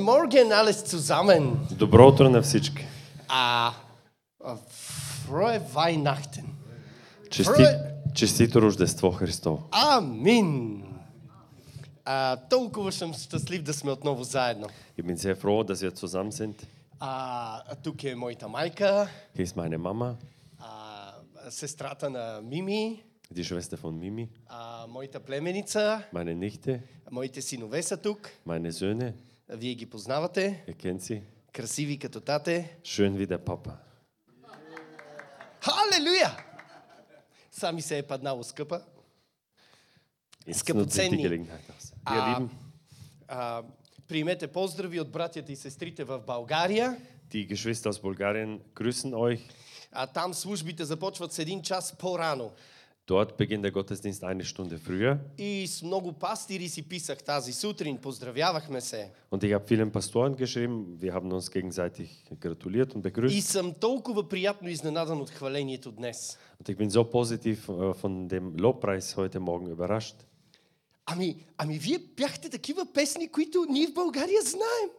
Morgen alles zusammen. Добро утро на всички. Ah, ah, frohe Weihnachten. Чести, Здравей! честито Рождество Христово. Амин. А, толкова съм щастлив да сме отново заедно. Ich bin sehr froh, dass wir zusammen sind. А, тук е моята майка, Hier ist meine Mama, а, сестрата на Мими, die Schwester von Mimi, а, моята племеница, meine Nichte, моите синове са тук. meine Söhne. Вие ги познавате, Ihr kennt sie. красиви като тате. Schön wie der Papa. Халелуя! Сами се е паднало скъпа. Jetzt gibt nutze ich die Sandy. Gelegenheit aus. Ihr Lieben, А, приемете поздрави от братята и сестрите в България. die Geschwister aus Bulgarien grüßen euch. А там службите започват с един час по-рано. Dort beginnt der Gottesdienst eine Stunde früher. И с много пастири си писах тази сутрин. Поздравявахме се. Und ich habe vielen Pastoren geschrieben. Wir haben uns gegenseitig gratuliert und И begrüßt. съм толкова приятно изненадан от хвалението днес. Und ich bin so positiv äh, von dem Lobpreis heute Morgen überrascht. Ами, ами вие бяхте такива песни, които ние в България знаем.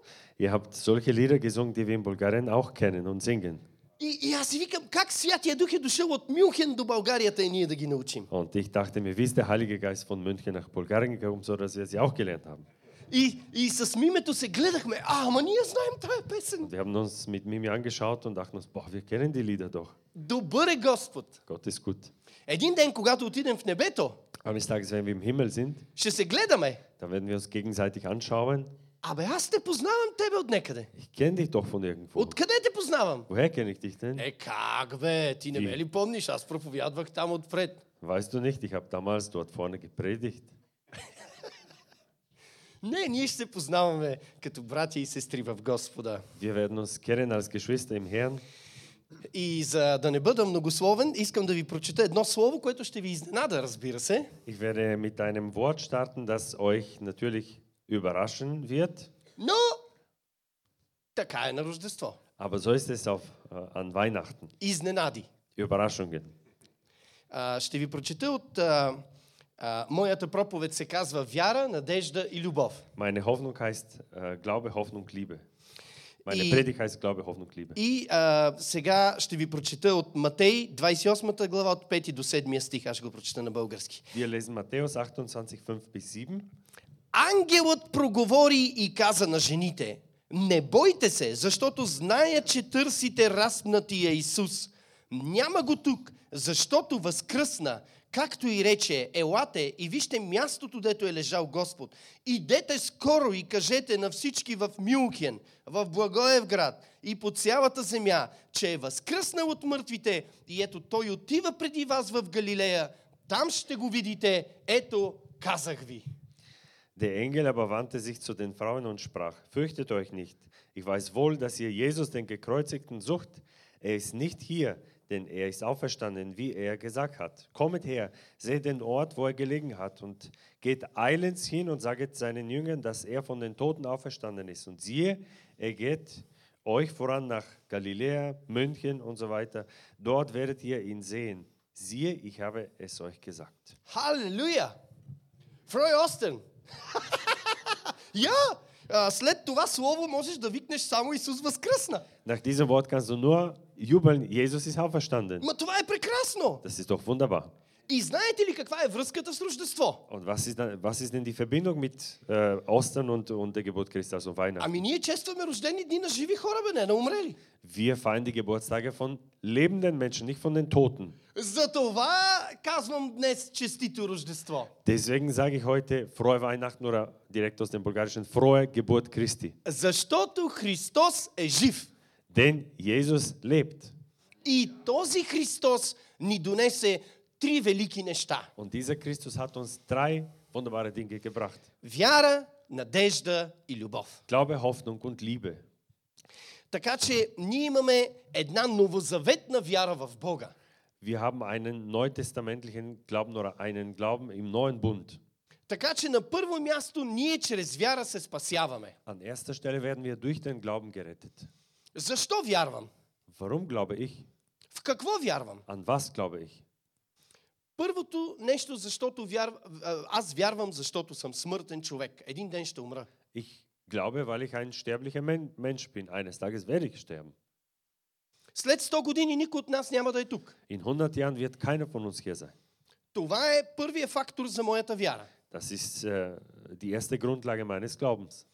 Ihr habt solche Lieder gesungen, die wir in Bulgarien auch kennen und singen. И, и аз си викам, как Святия Дух е дошъл от Мюнхен до Българията и ние да ги научим. Und ich dachte mir, wie ist der Heilige Geist von München nach Bulgarien gekommen, so dass wir sie auch gelernt haben. И, и с мимето се гледахме, а, ама ние знаем тая песен. Wir haben uns mit Mimi angeschaut und dachten uns, boah, wir kennen die Lieder doch. Добър е Господ. Gott ist gut. Един ден, когато отидем в небето, Eines Tages, wenn wir im Himmel sind, ще се гледаме. dann werden wir uns gegenseitig anschauen. Абе, аз те познавам тебе от някъде. Ich kenne dich doch von irgendwo. Откъде те познавам? Woher kenne ich dich denn? Е, как бе? Ти не ме Ти. ли помниш? Аз проповядвах там отпред. Weißt du nicht, ich habe damals dort vorne gepredigt. Не, ние ще се познаваме като братя и сестри в Господа. Wir werden uns kennen als Geschwister im Herrn. И за да не бъда многословен, искам да ви прочета едно слово, което ще ви изненада, разбира се. Ich werde mit einem Wort starten, das euch natürlich überraschen wird. Но така е на Рождество. Aber so ist es auf, äh, an Weihnachten. Изненади. Überraschungen. А, ще ви прочета от... А, а, моята проповед се казва Вяра, надежда и любов. Meine Hoffnung heißt äh, Glaube, Hoffnung, Liebe. Meine I- Predigt heißt Glaube, Hoffnung, Liebe. И а, сега ще ви прочета от Матей, 28 глава, от 5 до 7 стих. Аз ще го прочета на български. Wir lesen Matthäus 28, 5 bis 7. Ангелът проговори и каза на жените, не бойте се, защото зная, че търсите разпнатия Исус. Няма го тук, защото възкръсна, както и рече, елате и вижте мястото, дето е лежал Господ. Идете скоро и кажете на всички в Мюнхен, в Благоевград и по цялата земя, че е възкръснал от мъртвите и ето той отива преди вас в Галилея. Там ще го видите, ето казах ви. Der Engel aber wandte sich zu den Frauen und sprach, fürchtet euch nicht. Ich weiß wohl, dass ihr Jesus, den Gekreuzigten, sucht. Er ist nicht hier, denn er ist auferstanden, wie er gesagt hat. Kommet her, seht den Ort, wo er gelegen hat, und geht eilends hin und saget seinen Jüngern, dass er von den Toten auferstanden ist. Und siehe, er geht euch voran nach Galiläa, München und so weiter. Dort werdet ihr ihn sehen. Siehe, ich habe es euch gesagt. Халелуя! Фрой Остен! Я! а, След това слово можеш да викнеш само Исус възкръсна. Nach diesem Wort kannst du nur jubeln, Jesus ist auferstanden. Ма това е прекрасно! Das ist doch wunderbar. И знаете ли каква е връзката с Рождество? Und was ist, dann, was ist denn die Verbindung mit äh, Ostern und, und der Geburt Christus und Weihnachten? Ами ние честваме рождени дни на живи хора, бе, не на умрели. Wir feiern die Geburtstage von lebenden Menschen, nicht von den Toten. Затова казвам днес честито Рождество. Deswegen sage ich heute frohe Weihnachten oder direkt aus dem Bulgarischen frohe Geburt Christi. Защото Христос е жив. Denn Jesus lebt. И този Христос ни донесе три велики неща. Und dieser Christus hat uns drei wunderbare Dinge gebracht. Вяра, надежда и любов. Glaube, Hoffnung und Liebe. Така че ние имаме една новозаветна вяра в Бога. Wir haben einen neutestamentlichen Glauben oder einen Glauben im neuen Bund. Така че на първо място ние чрез вяра се спасяваме. An erster Stelle werden wir durch den Glauben gerettet. Защо вярвам? Warum glaube ich? В какво вярвам? An was glaube ich? Първото нещо, защото вяр... а, аз вярвам, защото съм смъртен човек. Един ден ще умра. Ich glaube, weil ich ein sterblicher Men Mensch bin. Eines Tages werde ich sterben. След 100 години никой от нас няма да е тук. In 100 Jahren wird keiner von uns hier sein. Това е първият фактор за моята вяра. Das ist äh, die erste Grundlage meines Glaubens.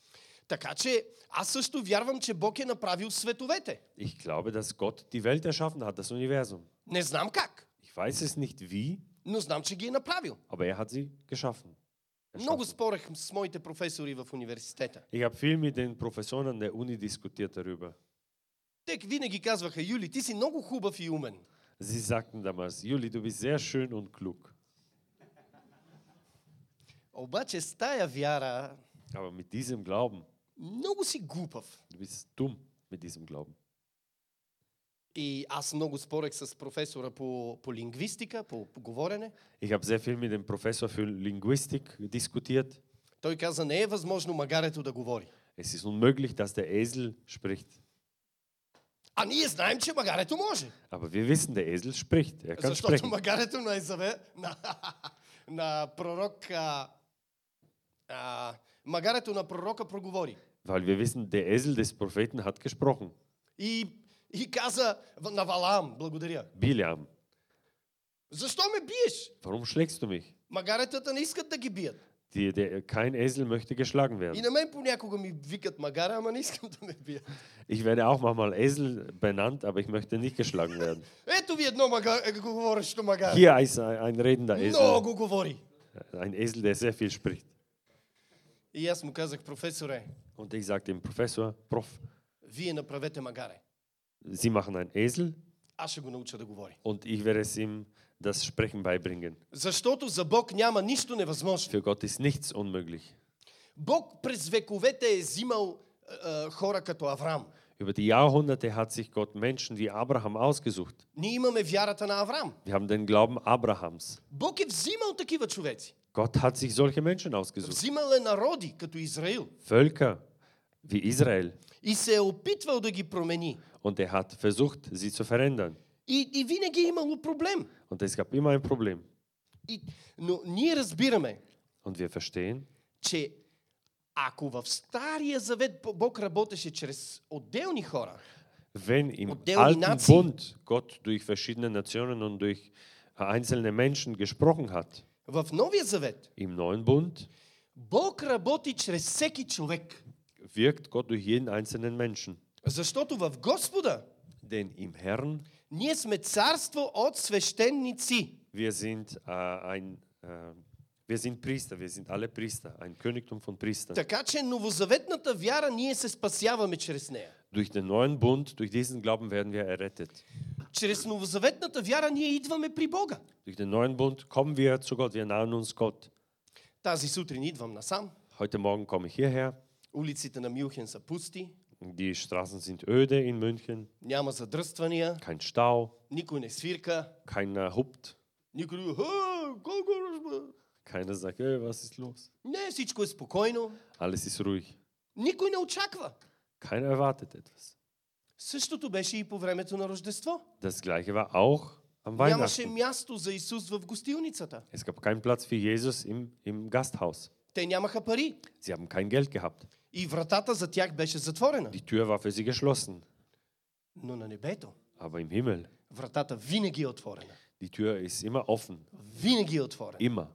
Така че аз също вярвам, че Бог е направил световете. Ich glaube, dass Gott die Welt erschaffen hat, das Universum. Не знам как, Ich weiß es nicht wie, но знам, че ги е направил. aber er hat sie geschaffen. Много erschaffen. спорех с моите професори в университета. Ich habe viel mit den Professoren an der Uni diskutiert darüber. Те винаги казваха, Юли, ти си много хубав и умен. Sie sagten damals, Juli, du bist sehr schön und klug. Обаче с тая вяра Aber mit diesem Glauben, много си глупав. du bist dumm mit diesem Glauben. И аз много спорех с професора по, по лингвистика, по, по говорене. Ich habe sehr viel mit dem Professor für Linguistik diskutiert. Той каза, не е възможно магарето да говори. Es ist unmöglich, dass der Esel spricht. А ние знаем, че магарето може. Aber wir wissen, der Esel spricht. Er kann Защото sprechen. магарето на Изаве, на, на пророк, а, а, магарето на пророка проговори. Weil wir wissen, der Esel des Propheten hat gesprochen. И, и каза в- на Валаам, благодаря. Bileam, Защо ме биеш? warum schlägst du mich? Магаретата не искат да ги бият. Die, der, kein Esel möchte geschlagen И werden. на мен понякога ми викат магара, ама не искам да ме бият. Ich werde auch manchmal Esel benannt, aber ich möchte nicht geschlagen werden. Ето ви едно мага... е, говорещо магара. Hier ist ein, ein redender Esel. Много говори. Ein Esel, der sehr viel spricht. И аз му казах, професоре, Und ich sage dem Professor, Prof, вие направете магаре. Sie machen einen Esel Аз ще го науча да говори. und ich werde es ihm das Sprechen beibringen. Защото за Бог няма нищо невъзможно. Für Gott ist nichts unmöglich. Бог през вековете е взимал е, е, хора като Авраам. Über die Jahrhunderte hat sich Gott Menschen wie Abraham ausgesucht. Ние имаме вярата на Авраам. Wir haben den Glauben Abrahams. Бог е взимал такива човеци. Gott hat sich solche Menschen ausgesucht. Взимал е народи, като Израил. Völker wie Israel. И се е опитвал да ги промени. Und er hat versucht, sie zu verändern. И, и винаги е имало проблем. Und es gab immer ein Problem. И, но ние разбираме, Und wir verstehen, че ако в Стария завет Б- Бог работеше чрез отделни хора, wenn im Und der alten Nazi- Bund Gott durch verschiedene Nationen und durch äh, einzelne Menschen gesprochen hat, в Новия завет im neuen Bund Бог работи чрез всеки човек. wirkt Gott durch jeden einzelnen Menschen. Защото в Господа Denn im Herrn, ние сме царство от свещеници. wir sind, äh, ein, äh, wir sind Priester, wir sind alle Priester, ein Königtum von Priestern. Така че новозаветната вяра ние се спасяваме чрез нея. Durch den neuen Bund, durch diesen Glauben werden wir errettet. Чрез новозаветната вяра ние идваме при Бога. Durch den neuen Bund kommen wir zu Gott, wir nahen uns Gott. Тази сутрин идвам насам. Heute Morgen komme ich hierher, Улиците на Мюнхен са пусти, die Straßen sind öde in München, няма задръствания, kein Stau, никой не свирка, keiner hupt, никой не... «Ха, колко ръжба!» keiner sagt, hey, was ist los? Не, всичко е спокойно. Alles ist ruhig, Никой не очаква. keiner erwartet etwas. Същото беше и по времето на Рождество. Das gleiche war auch am Нямаше Weihnachten. място за Исус в гостилницата. Es gab keinen Platz für Jesus im, im Gasthaus. Те нямаха пари. Sie haben kein Geld gehabt. И вратата за тях беше затворена. Die Tür war für sie geschlossen. Но на небето Aber im Himmel, вратата винаги е отворена. die Tür ist immer offen. Винаги е отворена. Immer.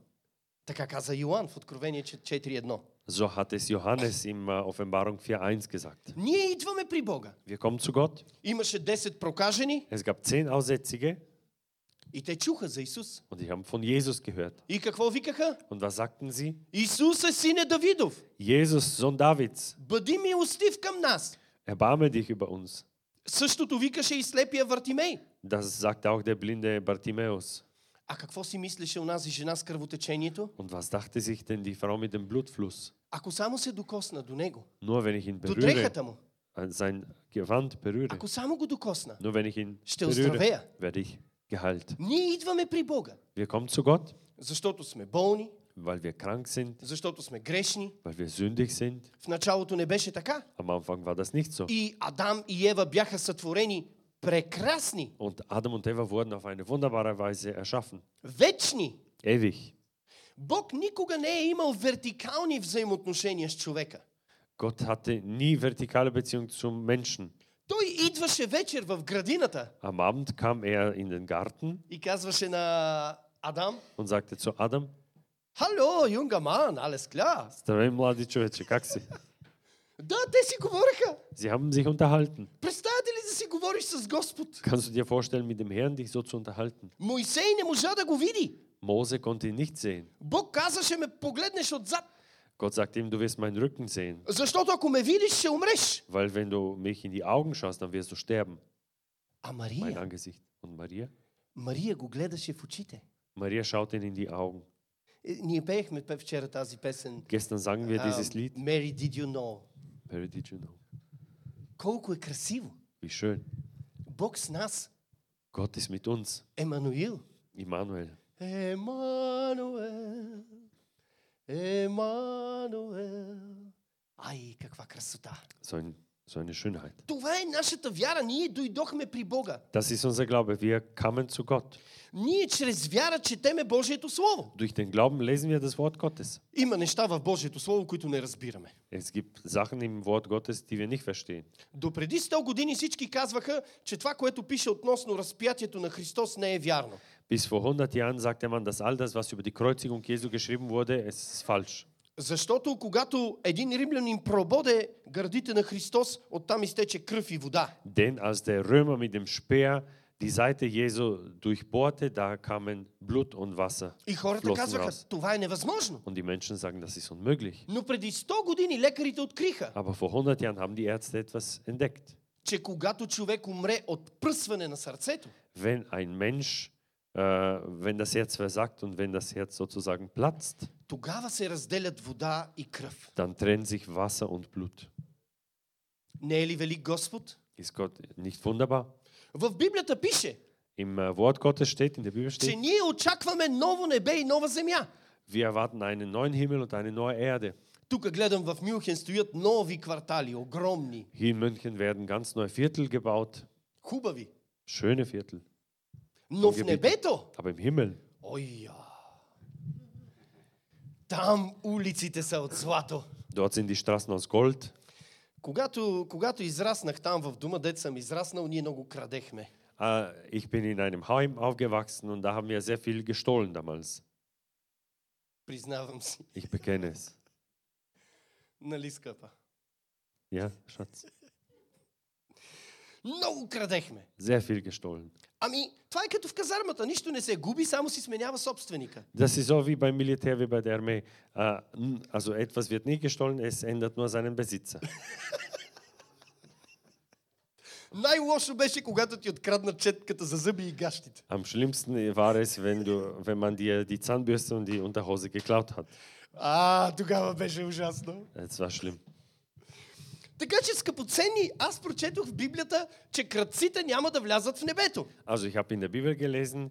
Така каза Йоанн в Откровение 4.1. So hat es Johannes in äh, Offenbarung 4.1 gesagt. Ние идваме при Бога. Wir kommen zu Gott. Имаше 10 прокажени Es gab zehn Aussätzige и те чуха за Исус. und die haben von Jesus gehört. И какво викаха? Und was sagten sie? Исус е сине Давидов. Jesus, Sohn Davids, Бъди милостив към нас. erbarme dich über uns. Същото викаше и слепия Вартимей. Das sagte auch der blinde Bartimäus. А какво си мислеше унази жена с кръвотечението? Und was dachte sich denn die Frau mit dem Blutfluss? Ако само се докосна до него, Nur wenn ich ihn до berühre, дрехата му, äh, sein Gewand berühre, ако само го докосна, nur wenn ich ihn Still berühre, zdravea. werde ich geheilt. ние идваме при Бога. Wir kommen zu Gott, Защото сме болни, weil wir krank sind, защото сме грешни. weil wir sündig sind. В началото не беше така. Am Anfang war das nicht so. И Адам и Ева бяха сътворени прекрасни, Und Adam und Eva wurden auf eine wunderbare Weise erschaffen. вечни. Ewig. Бог никога не е имал вертикални взаимоотношения с човека. Gott hatte nie vertikale Beziehung zum Menschen. Той идваше вечер в градината Am Abend kam er in den Garten и казваше на Адам, und sagte zu Adam, Hallo, junger Mann, alles klar. Здравей, млади човече, как си? Да, те си говореха. Sie haben sich unterhalten. Представете ли да си говориш с Господ? Kannst du dir vorstellen, mit dem Herrn dich so zu unterhalten? Моисей не можа да го види. Mose konnte ihn nicht sehen. Бог казаше ме погледнеш отзад, Gott sagte ihm, du wirst meinen Rücken sehen, защото ако ме видиш, ще умреш. weil wenn du mich in die Augen schaust, dann wirst du sterben. А Mein Мария, Angesicht. Und Maria? Мария го гледаше в очите. Maria schaut ihn in die Augen. Е, Ние пеехме пе- вчера тази песен. Gestern sangen wir а, dieses Lied. Mary, did you know? Mary, did you know? Колко е красиво. Wie schön. Бог с нас. Gott ist mit uns. Емануил. Immanuel. Емануел. Емануел. Ай, каква красота. So, ein, so eine Schönheit. Това е нашата вяра. Ние дойдохме при Бога. Das ist unser Glaube. Wir kamen zu Gott. Ние чрез вяра четеме Божието Слово. Durch den Glauben lesen wir das Wort Gottes. Има неща в Божието Слово, които не разбираме. Es gibt Sachen im Wort Gottes, die wir nicht verstehen. До преди 100 години всички казваха, че това, което пише относно разпятието на Христос, не е вярно. Bis vor 100 Jahren sagte man, dass all das, was über die Kreuzigung Jesu geschrieben wurde, es ist falsch. Защото когато един римлянин прободе гърдите на Христос, оттам изтече кръв и вода. Denn als der Römer mit dem Speer die Seite Jesu durchbohrte, da kamen Blut und Wasser. И хората flossen казваха, raus. това е невъзможно. Und die Menschen sagen, das ist unmöglich. Но преди 100 години лекарите откриха, Aber vor 100 Jahren haben die Ärzte etwas entdeckt. че когато човек умре от пръсване на сърцето, Wenn ein Mensch, äh, wenn das Herz versagt und wenn das Herz sozusagen platzt, тогава се разделят вода и кръв. dann trennen sich Wasser und Blut. Не е ли велик Господ? Ist Gott nicht wunderbar? В Библията пише, Im äh, Wort Gottes steht, in der Bibel че steht, ние очакваме ново небе и нова земя. wir erwarten einen neuen Himmel und eine neue Erde. Тук гледам в Мюнхен стоят нови квартали, огромни, Hier in München werden ganz neue Viertel gebaut, хубави. schöne Viertel. Но в Други небето, Aber im Himmel, ой, а, там улиците са от злато. dort sind die Straßen aus Gold. Когато, когато израснах там в дома, дет съм израснал, ние много крадехме. Äh, ich bin in einem Heim aufgewachsen und da haben wir sehr viel gestohlen damals. Признавам си. Ich bekenne es. Нали, скъпа? Ja, Schatz. Много крадехме. Sehr viel gestohlen. Ами, това е като в казармата. Нищо не се губи, само си сменява собственика. Das ist so wie beim Militär, wie bei der Armee. Äh, n- also etwas wird nie gestohlen, es ändert nur seinen Besitzer. Най-лошо беше, когато ти откраднат четката за зъби и гащите. Am schlimmsten war es, wenn, du, wenn man dir die Zahnbürste und die Unterhose geklaut hat. А, тогава беше ужасно. Es war schlimm. Така че, скъпоценни, аз прочетох в Библията, че крадците няма да влязат в небето. Also ich habe in der Bibel gelesen,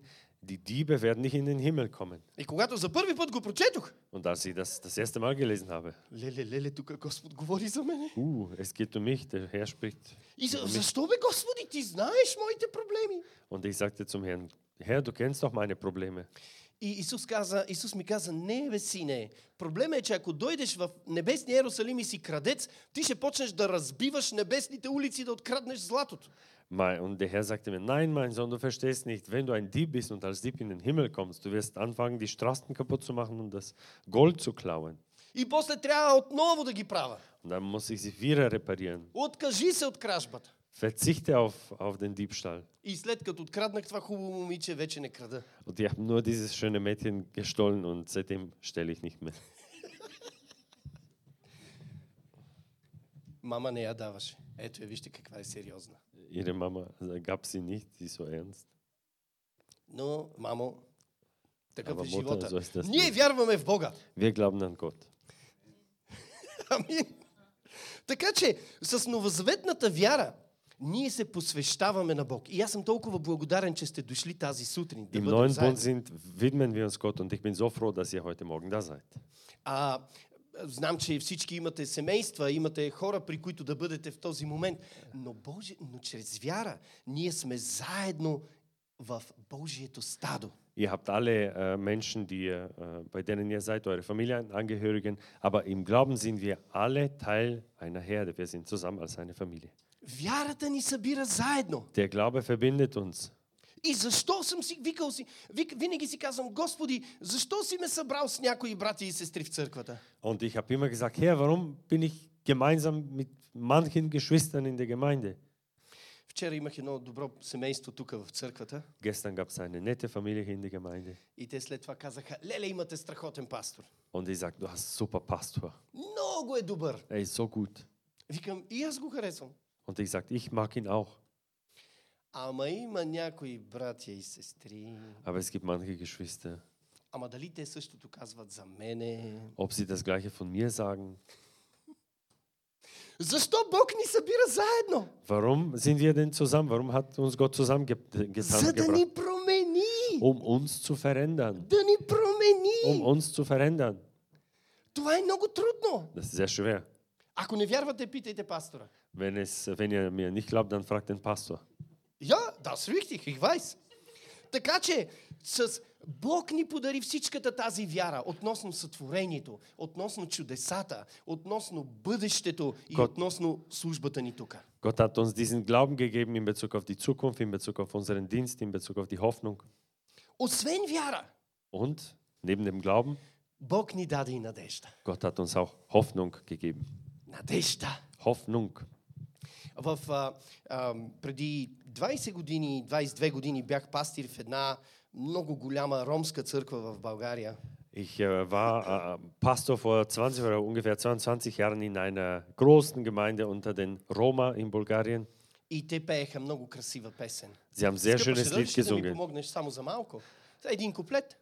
die Diebe werden nicht in den Himmel kommen. И когато за първи път го прочетох, Und als ich das das erste Mal gelesen habe, леле, леле, тук Господ говори за мене. uh, es geht um mich, der Herr spricht. И за, защо бе, Господи, ти знаеш моите проблеми? Und ich sagte zum Herrn, Herr, du kennst doch meine Probleme. И Исус, каза, Исус ми каза, не бе, сине, проблема е, че ако дойдеш в небесния Иерусалим и си крадец, ти ще почнеш да разбиваш небесните улици, да откраднеш златото. Mein- Und der Herr sagte mir, nein, mein Sohn, du verstehst nicht, wenn du ein Dieb bist und als Dieb in den Himmel kommst, du wirst anfangen, die Straßen kaputt zu machen und das Gold zu klauen. И после трябва отново да ги правя. Und dann muss ich sie wieder reparieren. Откажи се от кражбата. Verzichte auf, auf den Diebstahl. И след като откраднах това хубаво момиче, вече не крада. Und ich habe nur dieses schöne Mädchen gestohlen und seitdem stelle ich nicht mehr. Мама не я даваше. Ето я, вижте каква е сериозна. Ihre Mama äh, gab sie nicht, sie ist so ernst. Но, мамо, такъв Ама, е мота, живота. естествено. Ние вярваме в Бога. Wir glauben an Gott. Амин. Ами, Така че, с новозаветната вяра, ние се посвещаваме на Бог. И аз съм толкова благодарен, че сте дошли тази сутрин. Да Im бъдем neuen Bund заедно. sind, widmen wir uns Gott und ich bin so froh, dass ihr heute Morgen da seid. А, знам, че всички имате семейства, имате хора, при които да бъдете в този момент. Но, Боже, но чрез вяра ние сме заедно в Божието стадо. Ihr habt alle äh, Menschen, die ihr, äh, bei denen ihr seid, eure Familienangehörigen, aber im Glauben sind wir alle Teil einer Herde. Wir sind zusammen als eine Familie. Вярата ни събира заедно. Der Glaube verbindet uns. И защо съм си викал си, вик, винаги си казвам, Господи, защо си ме събрал с някои брати и сестри в църквата? Und ich habe immer gesagt, Herr, warum bin ich gemeinsam mit manchen Geschwistern in der Gemeinde? Вчера имах едно добро семейство тук в църквата Gestern gab es eine nette Familie hier in der Gemeinde и те след това казаха, леле, имате страхотен пастор. und die sagt, du hast super Pastor, Много е добър. er ist so gut. Викам, и аз го харесвам. Und ich sagte, ich mag ihn auch. Ама има някои братя и сестри. Aber es gibt manche Geschwister, Ама дали те същото казват за мене? ob sie das gleiche von mir sagen. Защо Бог ни събира заедно? Warum sind wir denn zusammen? Warum hat uns Gott zusammenge За да zusammengebracht? ни промени! Um uns zu verändern. Да ни Um промени! uns zu verändern. Това е много трудно. Das ist sehr schwer. Ако не вярвате, питайте пастора. Wenn, es, wenn ihr mir nicht glaubt, dann fragt den Pastor. Я, да, свихтих, их вайс. Така че, с Бог ни подари всичката тази вяра относно сътворението, относно чудесата, относно бъдещето и Кот- относно службата ни тук. Gott hat uns diesen Glauben gegeben in Bezug auf die Zukunft, in Bezug auf unseren Dienst, in Bezug auf die Hoffnung. Освен вяра, Und neben dem Glauben, Бог ни даде и надежда. Gott hat uns auch Hoffnung gegeben. Надежда. Hoffnung. В, а, а, преди 20 години, 22 години бях пастир в една много голяма ромска църква в България. Ich äh, war äh, Pastor vor 20 oder ungefähr 22 Jahren in einer großen Gemeinde unter den Roma in Bulgarien. И те пееха много красива песен. Sie haben sehr Скъпа, ще schönes Lied дойдеш ли да ми gesungen. помогнеш само за малко. За един куплет.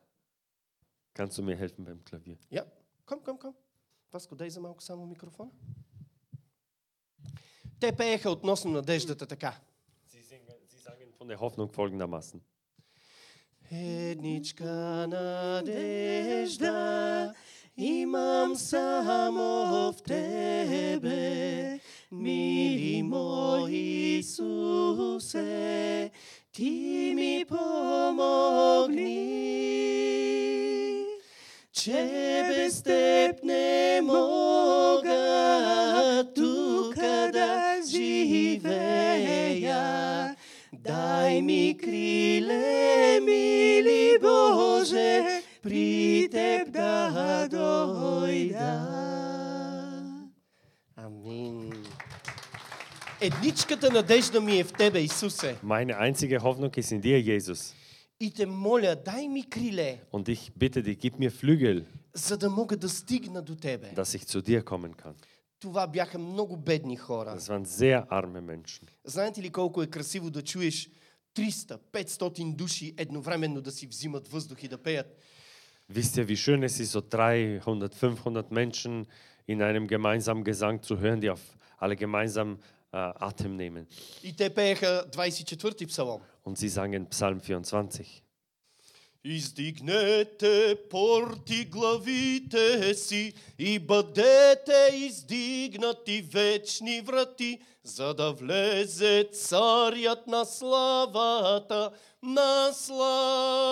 Kannst du mir helfen beim Klavier? Я. Ком, ком, ком. Васко, дай за малко само микрофона. Те пееха относно надеждата така. Sie, sagen von der Hoffnung folgendermaßen. Едничка надежда имам само в Тебе, мили мой Исусе, Ти ми помогни, че без Теб не мога тук да живея. Дай ми криле, мили Боже, при теб да дойда. Амин. Едничката надежда ми е в Тебе, Исусе. Meine einzige Hoffnung ist in dir, Jesus. И те моля, дай ми криле, Und ich bitte dich, gib mir Flügel, за да мога да стигна до Тебе. dass ich zu dir kommen kann. Това бяха много бедни хора. Das waren sehr arme Menschen. Знаете ли колко е красиво да чуеш 300-500 души едновременно да си взимат въздух и да пеят? Wisst ihr, wie schön es ist, so 300, 500 Menschen in einem gemeinsamen Gesang zu hören, die auf alle gemeinsam äh, Atem nehmen. И те пееха 24-ти псалом. Und sie sangen Psalm 24. Издигнете порти главите си и бъдете издигнати вечни врати, за да влезе царят на славата, на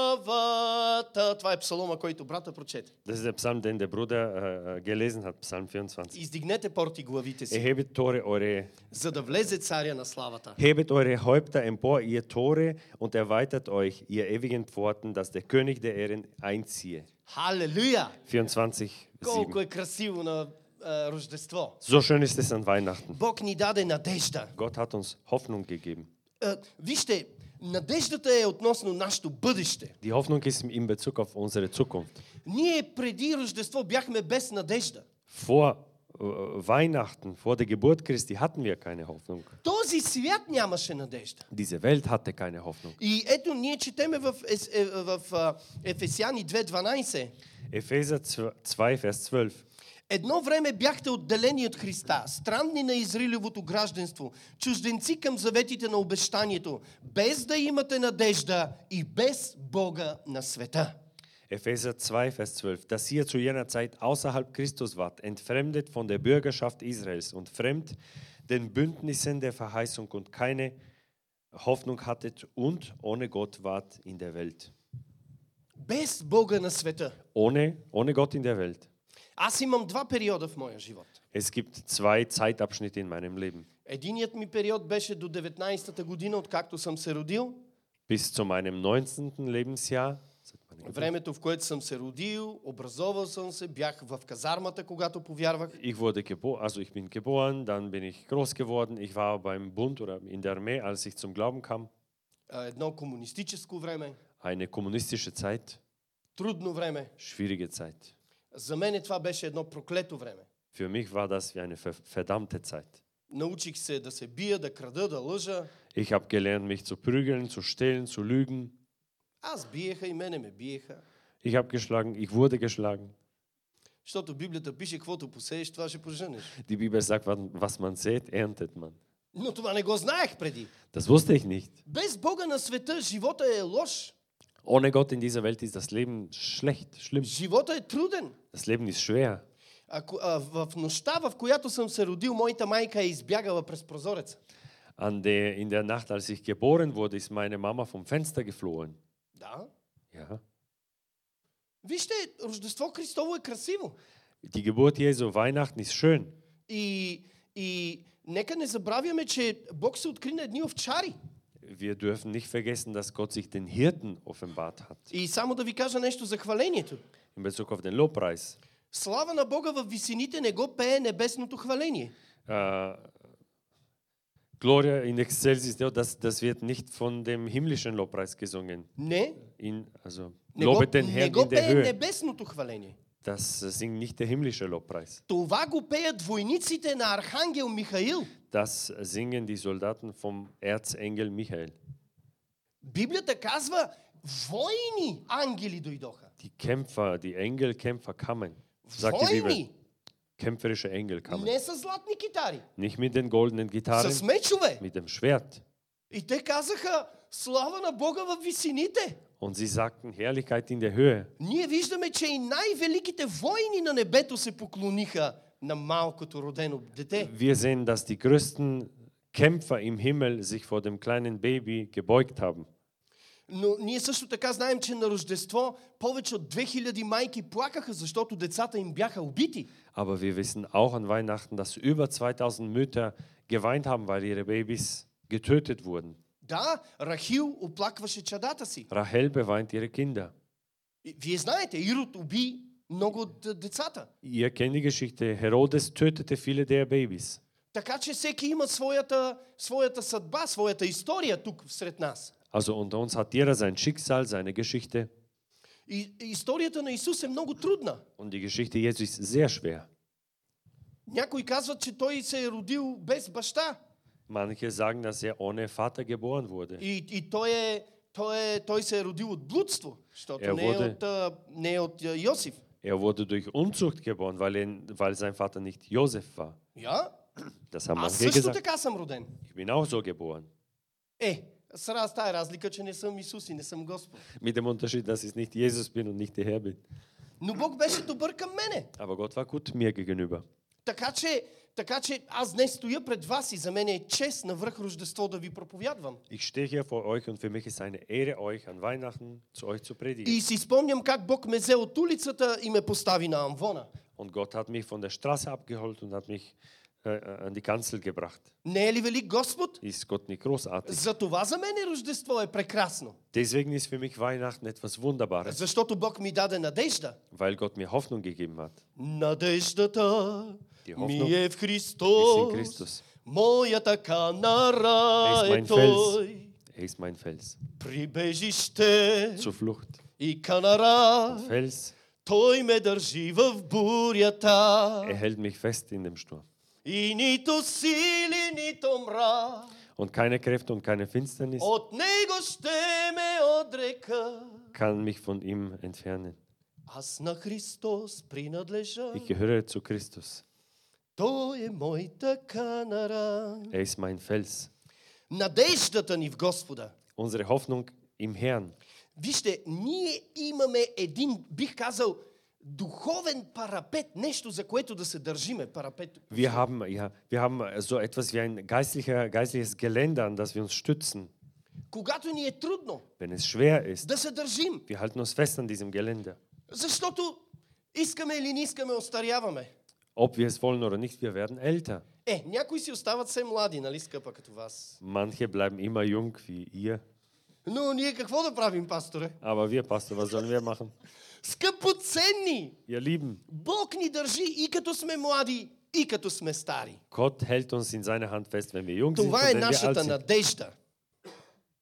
славата. Това е псалома, който брата прочете. Das ist der Psalm, den der Bruder äh, äh, gelesen hat, Psalm 24. Издигнете порти главите си, Erhebet Tore eure, за да влезе царя на славата. hebet eure Häupter empor, ihr Tore, und erweitert euch, ihr ewigen Pforten, dass der König der Ehren einziehe. Халелуя! 24, Колко 7. е красиво на а, Рождество. So schön ist es an Weihnachten. Бог ни даде надежда. Gott hat uns Hoffnung gegeben. А, вижте, надеждата е относно нашето бъдеще. Die Hoffnung ist in Bezug auf unsere Zukunft. Ние преди Рождество бяхме без надежда. Vor äh, Weihnachten, vor der Geburt Christi hatten wir keine Hoffnung. Този свят нямаше надежда. Diese Welt hatte keine Hoffnung. И ето ние четеме в, Ес- е, в а, Ефесяни 2.12. Epheser 2, Vers 12. Едно време бяхте отделени от Христа, странни на Израилевото гражданство, чужденци към заветите на обещанието, без да имате надежда и без Бога на света. Epheser 2, Vers 12. Dass ihr zu jener Zeit außerhalb Christus wart, entfremdet von der Bürgerschaft Israels und fremd den Bündnissen der Verheißung und keine Hoffnung hattet und ohne Gott wart in der Welt. без Бога на света. ohne, ohne Gott in der Welt. Аз имам два периода в моя живот. Es gibt zwei Zeitabschnitte in meinem Leben. Единият ми период беше до 19-та година, откакто съм се родил. Bis zu meinem 19. Lebensjahr, sagt meine Geburt, Времето, в което съм се родил, образовал съм се, бях в казармата, когато повярвах. ich wurde geboren, also ich bin geboren, dann bin ich groß geworden, ich war beim Bund oder in der Armee, als ich zum Glauben kam, А, Едно комунистическо време, eine kommunistische Zeit, трудно време. schwierige Zeit. За мен това беше едно проклето време. Für mich war das wie eine ver- verdammte Zeit. Научих се да се бия, да крада, да лъжа. Ich habe gelernt, mich zu prügeln, zu stehlen, zu lügen. Аз биеха и мене ме биеха. Ich habe geschlagen, ich wurde geschlagen. Защото Библията пише, каквото посееш, това ще поженеш. Die Bibel sagt, wann- was man sät, erntet man. Но това не го знаех преди. Das wusste ich nicht. Без Бога на света живота е лош. Ohne Gott in dieser Welt ist das Leben schlecht, schlimm. Живота е труден. Das Leben ist schwer. Ако, а, в нощта, в която съм се родил, моята майка е избягала през прозореца. An der, in der Nacht, als ich geboren wurde, ist meine Mama vom Fenster geflohen. Да. Ja. Вижте, Рождество Христово е красиво. Die Geburt Jesu, Weihnachten ist schön. И, и нека не забравяме, че Бог се откри на едни овчари. Wir dürfen nicht vergessen, dass Gott sich den Hirten offenbart hat. И само да ви кажа нещо за хвалението. In Bezug auf den Lobpreis. Слава на Бога в висините не го пее небесното хваление. äh, Gloria in Excelsis Deo, das, das wird nicht von dem himmlischen Lobpreis gesungen. Не, In, also, не го, lobet den не Herrn го in der пее Höhe. небесното хваление. Das äh, singt nicht der himmlische Lobpreis. Това го пеят войниците на Архангел Михаил. Das singen die Soldaten vom Erzengel Michael. Библията казва, войни ангели дойдоха. Die Kämpfer, die Engelkämpfer kamen, sagt die Bibel. Войни, Kämpferische Engel kamen. не с златни китари, Nicht mit den goldenen с Gitarren, мечове. mit dem Schwert. И те казаха, слава на Бога в висините. Und sie sagten Herrlichkeit in der Höhe. Ние виждаме, че и най-великите войни на небето се поклониха на малкото родено дете. Wir sehen, dass die größten Kämpfer im Himmel sich vor dem kleinen Baby gebeugt haben. Но ние също така знаем, че на Рождество повече от 2000 майки плакаха, защото децата им бяха убити. Aber wir wissen auch an Weihnachten, dass über 2000 Mütter geweint haben, weil ihre Babys getötet wurden. Да, Рахил оплакваше чадата си. Rahel beweint ihre Kinder. И- Вие знаете, Ирод уби много от а, децата. Ihr kennt die Geschichte. Herodes tötete viele der Babys. Така че всеки има своята, своята съдба, своята история тук сред нас. Also unter uns hat jeder sein Schicksal, seine Geschichte. И и историята на Исус е много трудна. Und die Geschichte Jesu ist sehr schwer. Някои казват, че той се е родил без баща Manche sagen, dass er ohne Vater geboren wurde. и, и той, е, той, е, той се е родил от блудство, защото Е, не, е воде. от, а, не е от а, Йосиф. Er wurde durch Unzucht geboren, weil, er, weil sein Vater nicht Josef war. Я? Das haben Аз manche също gesagt. така съм роден. Ich bin auch so geboren. Е, с раз- тая разлика, че не съм Исус и не съм Господ. Mit dem Unterschied, dass ich nicht Jesus bin und nicht der Herr bin. Но Бог беше добър към мене. Aber Gott war gut mir gegenüber. Така че, така че аз днес стоя пред вас и за мен е чест на връх Рождество да ви проповядвам. Ich stehe hier vor euch und für mich ist eine Ehre, euch an Weihnachten zu euch zu predigen. И си спомням как Бог ме взе от улицата и ме постави на амвона. Und Gott hat mich von der Straße abgeholt und hat mich äh, äh, an die Kanzel gebracht. Не е ли велик Господ? Ist Gott nicht großartig? За това за мен Рождество е прекрасно. Deswegen ist für mich Weihnachten etwas Wunderbares, Защото Бог ми даде надежда. weil Gott mir Hoffnung gegeben hat. Надеждата Ти ми е в Ist in Христос. Christus. Моята канара Er е ist mein Fels. Той. Er ist mein Fels. Прибежище Zur Flucht. и канара. Fels. Той ме държи в бурята. Er hält mich fest in dem Sturm. И нито сили, нито мра, Und keine Kräfte und keine Finsternis от него ще ме отрека. kann mich von ihm entfernen. Аз на Христос принадлежа, Ich gehöre zu Christus. Той е моята канара. Er ist mein Fels. Надеждата ни в Господа. Unsere Hoffnung im Herrn. Вижте, ние имаме един, бих казал, духовен парапет, нещо за което да се държиме, парапет. Wir haben, ja, wir haben so etwas wie ein geistlicher, geistliches Geländer, an das wir uns stützen. Когато ни е трудно wenn es schwer ist. да се държим, Wir halten uns fest an diesem Gelände. защото искаме или не искаме, остаряваме. Ob wir es wollen oder nicht, wir werden älter. Е, някои си остават все млади, нали, скъпа като вас. Manche bleiben immer jung wie ihr. Но ние какво да правим, пасторе? Aber wir, Pastor, was sollen wir machen? Скъпоценни! Ihr Lieben, Бог ни държи и като сме млади, и като сме стари. Gott hält uns in seiner Hand fest, wenn wir jung sind und Това е wenn wir alt нашата sind. надежда.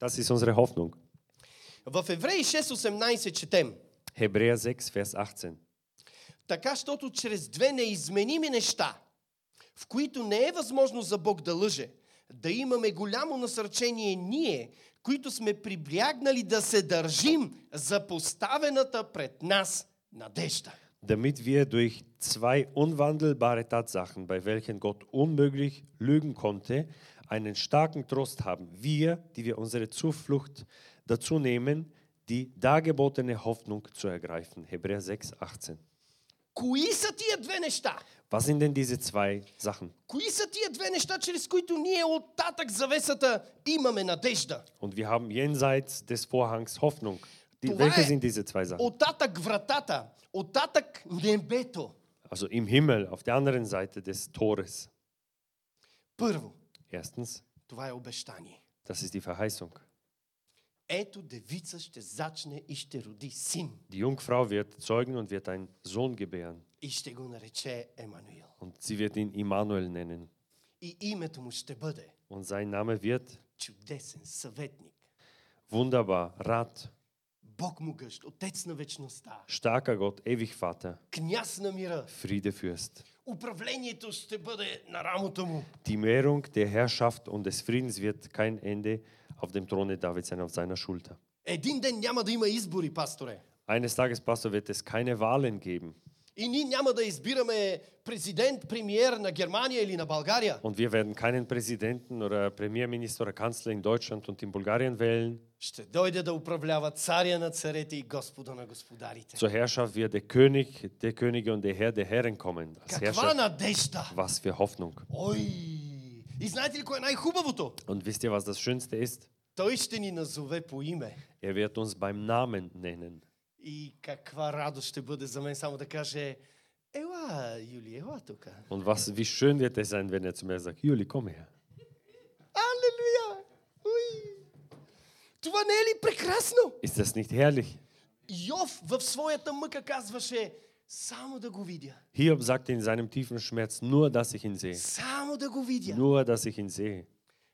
Das ist unsere Hoffnung. В Евреи 6.18 четем. Hebräer 6, Vers 18. Така, щото чрез две неизменими неща, в които не е възможно за Бог да лъже, да имаме голямо насърчение ние, които сме прибягнали да се държим за поставената пред нас надежда. Damit wir durch zwei unwandelbare Tatsachen, bei welchen Gott unmöglich lügen konnte, einen starken Trost haben. Wir, die wir unsere Zuflucht dazu nehmen, die dargebotene Hoffnung zu ergreifen. Hebräer 6, 18. Кои са тия две неща? Was sind denn diese zwei Sachen? Кои са тия две неща, чрез които ние от татък завесата имаме надежда? Und wir haben jenseits des Vorhangs Hoffnung. Die, Du welche wei- sind diese zwei Sachen? От татък вратата, от татък небето. Also im Himmel, auf der anderen Seite des Tores. Първо, Erstens, това е обещание. das ist die Verheißung. Ето девица ще зачне и ще роди син Die Jungfrau wird zeugen und wird einen Sohn gebären. и ще го нарече Емануил. Und sie wird ihn Immanuel nennen. И името му ще бъде Und sein Name wird чудесен съветник, wunderbar, Rat, Бог могъщ, Отец на вечността, starker Gott, ewig Vater, княз на мира. Friedefürst. Управлението ще бъде на рамото му. Die Mehrung der Herrschaft und des Friedens wird kein Ende auf dem Throne Davids sein, auf seiner Schulter. Един ден няма да има избори, пасторе. Eines Tages, Pastor, wird es keine Wahlen geben. И ние няма да избираме президент, премиер на Германия или на България. Und wir werden keinen Präsidenten oder Premierminister oder Kanzler in Deutschland und in Bulgarien wählen. Ще дойде да управлява царя на царете и Господа на господарите. Zur Herrschaft wird der König der Könige und der Herr der Herren kommen. Als Каква Herrscher. надежда! Was für Hoffnung. Ой! И знаете ли кое е най-хубавото? Und wisst ihr, was das Schönste ist? Той ще ни назове по име. Er wird uns beim Namen nennen. И каква радост ще бъде за мен само да каже Ела, Юли, ела тук. Und was, wie schön wird es sein, wenn er zu mir sagt, Juli, komm her. Алелуя! Уй! Това не е ли прекрасно? Ist das nicht herrlich? Йов в своята мъка казваше само да го видя. Hiob sagt in seinem tiefen Schmerz, nur dass ich ihn sehe. Само да го видя. Nur dass ich ihn sehe.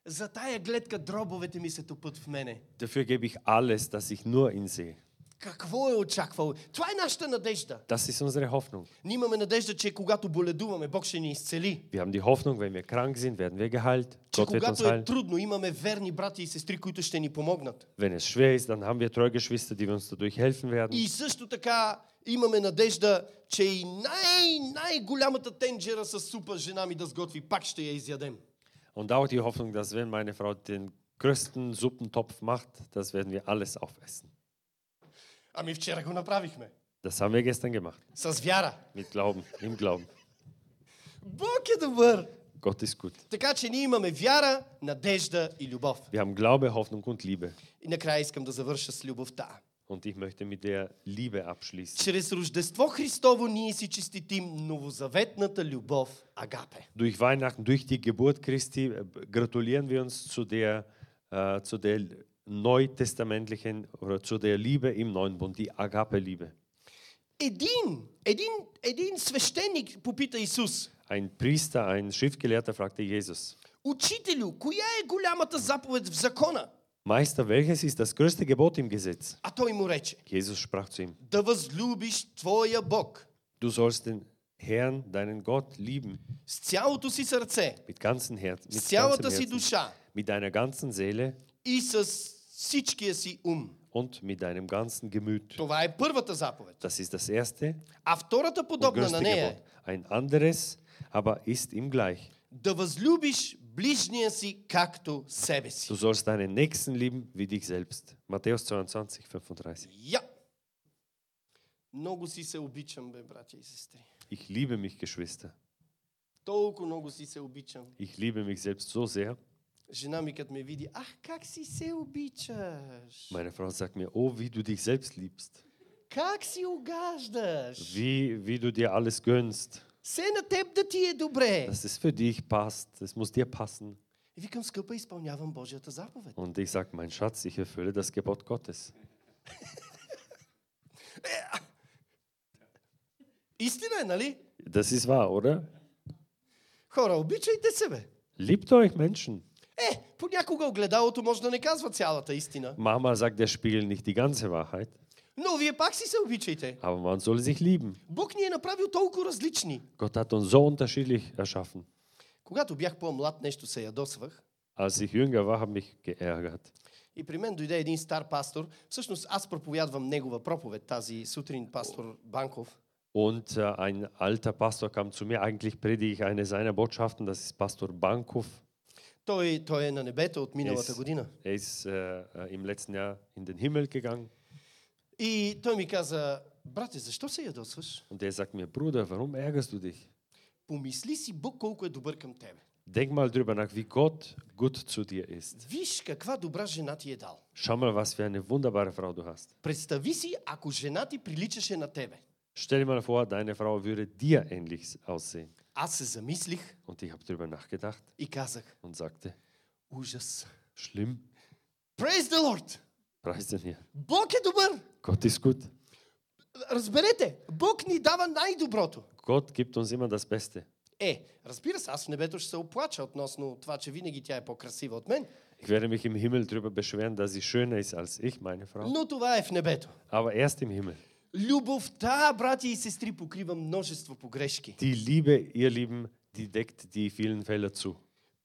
За тая гледка дробовете ми се топът в мене. Dafür gebe ich alles, dass ich nur ihn sehe. Какво е очаквал? Това е нашата надежда. Das ist unsere Hoffnung. Ние имаме надежда, че когато боледуваме, Бог ще ни изцели. Wir haben die Hoffnung, wenn wir krank sind, werden wir geheilt. Че Gott wird uns когато е heilen. трудно, имаме верни брати и сестри, които ще ни помогнат. Wenn es schwer ist, dann haben wir treue Geschwister, die uns dadurch helfen werden. И също така имаме надежда, че и най- най-голямата тенджера с супа жена ми да сготви, пак ще я изядем. Und auch die Hoffnung, dass wenn meine Frau den größten Suppentopf macht, das werden wir alles aufessen. Ами вчера го направихме. Das haben wir gestern gemacht. С вяра. Mit Glauben, im Glauben. Бог е добър. Gott ist gut. Така че ние имаме вяра, надежда и любов. Wir haben Glaube, Hoffnung und Liebe. И накрая искам да завърша с любовта. Und ich möchte mit der Liebe abschließen. Чрез Рождество Христово ние си честитим новозаветната любов Агапе. Durch Weihnachten, durch die Geburt Christi äh, gratulieren wir uns zu der, äh, zu der neutestamentlichen oder zu der Liebe im neuen Bund, die Agape-Liebe. Един, един, един свещеник попита Исус, Ein Priester, ein Schriftgelehrter fragte Jesus, Учителю, коя е голямата заповед в закона? Meister, welches ist das größte Gebot im Gesetz? А той му рече, Jesus sprach zu ihm, да възлюбиш Твоя Бог du sollst den Herrn, deinen Gott, lieben, с цялото си сърце, mit ganzem Herzen, с mit, цялата си ganzem Herzen, душа mit deiner ganzen Seele и с всичкия си ум. und mit deinem ganzen Gemüt. Това е първата заповед. Das ist das erste А втората und подобна на größte нея е Gebot. Ein anderes, aber ist ihm gleich. да възлюбиш ближния си както себе си. Du sollst deinen Nächsten lieben wie dich selbst. Matthäus 22, 35. Я! Много си се обичам, бе, братя и сестри. Ich liebe mich, Geschwister. Толкова много си се обичам. Ich liebe mich selbst so sehr. Жена ми, като ме види, ах, как си се обичаш? Meine Frau sagt mir, oh, wie du dich selbst liebst. Как си угаждаш? Wie, wie du dir alles gönnst. Все на теб да ти е добре. Dass es für dich passt. Es muss dir passen. И викам, скъпа, изпълнявам Божията заповед. Und ich sage, mein Schatz, ich erfülle das Gebot Gottes. Истина е, нали? Das ist wahr, oder? Хора, обичайте себе. Liebt euch Menschen. Е, понякога огледалото може да не казва цялата истина. Mama sagt der Spiegel nicht die ganze Wahrheit, Но вие пак си се обичайте. aber man soll sich lieben. Бог ни е направил толкова различни. Gott hat uns so unterschiedlich erschaffen. Когато бях по-млад, нещо се ядосвах. Als ich jünger war, habe mich geärgert. И при мен дойде един стар пастор. Всъщност аз проповядвам негова проповед тази сутрин, пастор Банков. Und äh, ein alter Pastor kam zu mir. Eigentlich predige ich eine seiner Botschaften. Das ist Pastor Bankov. Той, той е на небето от Er миналата ist, година. er ist äh, äh, im letzten Jahr in den Himmel gegangen. И той ми каза, брате, защо се ядосваш? Und er sagt mir, Bruder, warum ärgerst du dich? Помисли си Бог колко е добър към тебе. Denk mal drüber nach, wie Gott gut zu dir ist. Виж каква добра жена ти е дал. Schau mal, was für eine wunderbare Frau du hast. Представи си, ако жена ти приличаше на тебе. Stell dir mal vor, deine Frau würde dir ähnlich aussehen. Аз се замислих Und ich habe drüber nachgedacht и казах, und sagte, ужас. schlimm, Praise the Lord! preis den hier. Бог е добър! Gott ist gut. Разберете, Бог ни дава най-доброто. Gott gibt uns immer das Beste. Е, разбира се, аз в небето ще се оплача относно това, че винаги тя е по-красива от мен, Ich werde mich im Himmel darüber beschweren, dass sie schöner ist als ich, meine Frau. но това е в небето. Aber erst im Himmel. Любовта, брати и сестри, покрива множество погрешки. Die Liebe, ihr Lieben, die deckt die vielen Fälle zu.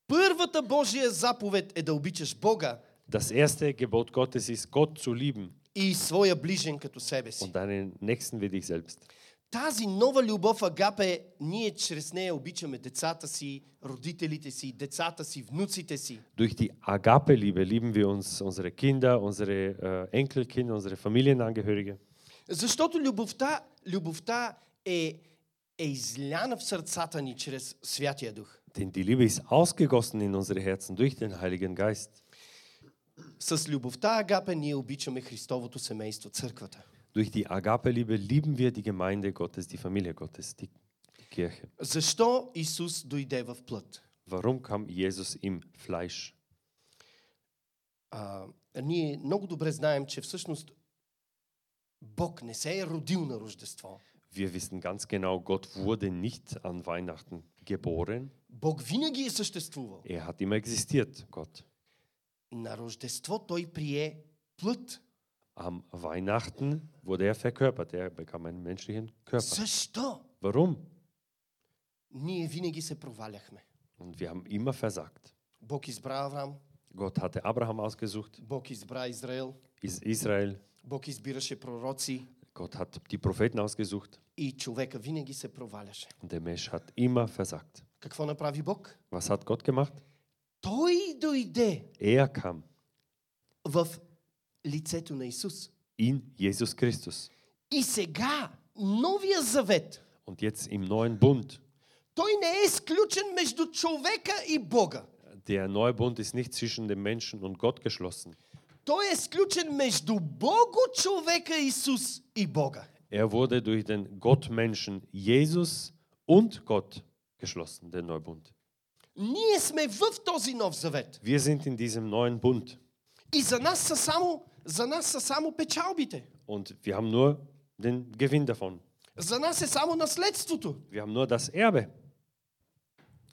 Първата Божия заповед е да обичаш Бога Das erste Gebot Gottes ist, Gott zu lieben и своя ближен като себе си. und deinen Nächsten wie dich selbst. Тази нова любов Агапе, ние чрез нея обичаме децата си, родителите си, децата си, внуците си. Durch die Agape-Liebe lieben wir uns, unsere Kinder, unsere äh, Enkelkinder, unsere Familienangehörige. Защото любовта, любовта е, е изляна в сърцата ни чрез Святия Дух. Denn die Liebe ist ausgegossen in unsere Herzen durch den Heiligen Geist. С любовта Агапе ние обичаме Христовото семейство, църквата. Durch die Agape-Liebe lieben wir die Gemeinde Gottes, die Familie Gottes, die Kirche. Защо Исус дойде в плът? Warum kam Jesus im Fleisch? А, ние много добре знаем, че всъщност Бог не се е родил на Рождество. Wir wissen ganz genau, Gott wurde nicht an Weihnachten geboren. Бог винаги е съществувал. Er hat immer existiert, Gott. На Рождество Той прие плът. Am Weihnachten wurde er verkörpert. Er bekam einen menschlichen Körper. Защо? Warum? Ние винаги се проваляхме. Und wir haben immer versagt. Бог избра Авраам, Gott hatte Abraham ausgesucht, Бог избра Израел, Is- Israel. Бог избираше пророци Gott hat die Propheten ausgesucht и човека винаги се проваляше. und der Mensch hat immer versagt. Какво направи Бог? Was hat Gott gemacht? Той дойде Er kam в лицето на Исус. in Jesus Christus. И сега, Новия Завет, Und jetzt im neuen Bund. той не е сключен между човека и Бога. Der neue Bund ist nicht zwischen dem Menschen und Gott geschlossen. Той е сключен между Бого, човека Исус и Бога. Er wurde durch den Gottmenschen Jesus und Gott geschlossen, der Neubund. Ние сме в този Нов Завет. Wir sind in diesem neuen Bund И за нас са само, за нас са само печалбите. und wir haben nur den Gewinn davon. За нас е само наследството. Wir haben nur das Erbe.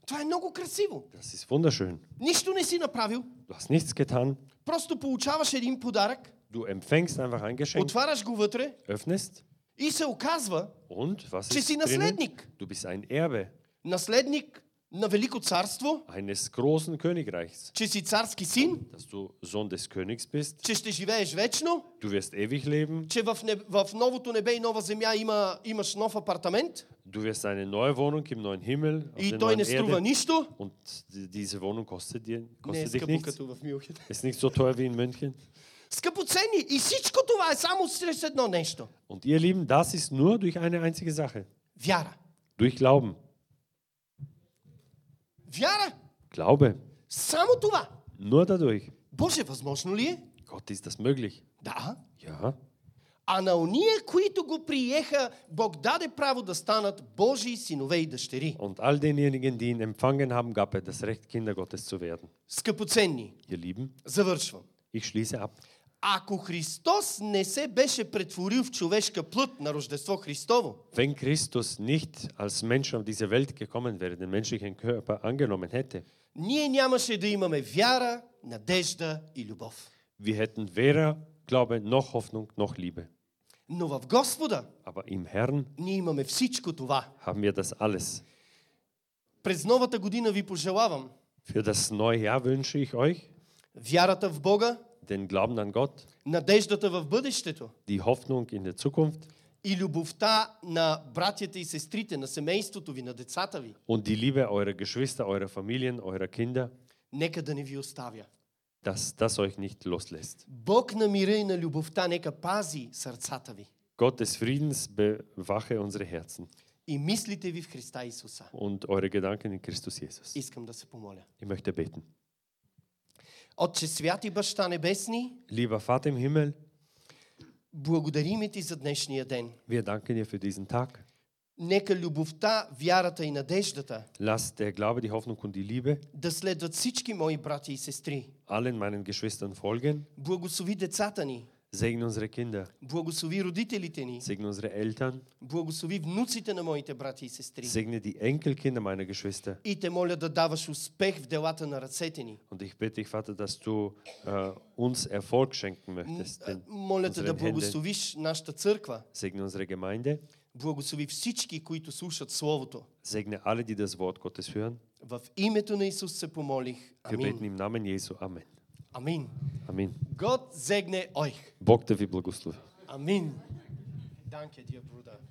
Това е много красиво. Das ist wunderschön. Нищо не си направил. Du hast nichts getan. Просто получаваш един подарък, Du empfängst einfach ein Geschenk, отваряш го вътре öffnest и се оказва und was Чи ist си drinnen? наследник? Du bist ein Erbe наследник на Велико царство, eines großen Königreichs. че си царски син, Dass du Sohn des Königs bist, че ще живееш вечно, du wirst ewig leben, че в, не, в новото небе и нова земя има, имаш нов апартамент du wirst eine neue Wohnung im neuen Himmel, auf и der той neuen не струва Erde. нищо. Und die- diese Wohnung kostet, dir, Не е kostet dich скъпо nichts. като в Милхен. Ist nicht so teuer wie in München. Скъпоцени! И всичко това е само срещу едно нещо. Und ihr Lieben, das ist nur durch eine einzige Sache. Вяра. Durch Glauben. Вяра! Glaube. Само това. Nur dadurch. Боже, възможно ли е? Gott, ist das möglich? Да. Ja. А на уния, които го приеха, Бог даде право да станат Божии синове и дъщери. Und all denjenigen, die ihn empfangen haben, gab er das Recht, Kinder Gottes zu werden. Скъпоценни, Ihr Lieben, завършвам. ich schließe ab. Ако Христос не се беше претворил в човешка плът на Рождество Христово, Wenn Christus nicht als Mensch auf diese Welt gekommen wäre, den menschlichen Körper angenommen hätte, ние нямаше да имаме вяра, надежда и любов. wir hätten weder Glaube noch Hoffnung noch Liebe. Но в Господа Aber im Herrn ние имаме всичко това. haben wir das alles. През новата година ви пожелавам Für das neue Jahr wünsche ich euch вярата в Бога, den Glauben an Gott, надеждата в бъдещето die Hoffnung in der Zukunft и любовта на братята и сестрите, на семейството ви, на децата ви. und die Liebe eurer Geschwister, eurer Familien, eurer Kinder, Нека да не ви оставя. dass das euch nicht loslässt. Бог на мира и на любовта нека пази сърцата ви Gott des Friedens bewache unsere Herzen и мислите ви в Христа Исуса. und eure Gedanken in Christus Jesus. Искам да се помоля. Ich möchte beten. Отче святи баща небесни, Lieber Vater im Himmel, благодарим ти за dnešния ден. wir danken dir für diesen Tag. Нека любовта, вярата и надеждата Lass der Glaube, die Hoffnung und die Liebe да следват всички мои брати и сестри. allen meinen Geschwistern folgen. Благослови децата ни, Segne unsere Kinder, благослови родителите ни, segne unsere Eltern, благослови внуците на моите брати и сестри. segne die Enkelkinder meiner Geschwister. И те моля да даваш успех в делата на ръцете ни. Und ich bitte dich, Vater, dass du äh, uns Erfolg schenken möchtest. Den, Моля те да unseren Händen. благословиш нашата църква. Segne unsere Gemeinde, Благослови всички, които слушат Словото. segne alle, die das Wort Gottes hören. В името на Исус се помолих. Wir beten Амин. im Namen Jesu. Amen. Амин. Amen. Год зегне ойх. Bog te vi blagoslovi. е Амин. Данке, дия бруда.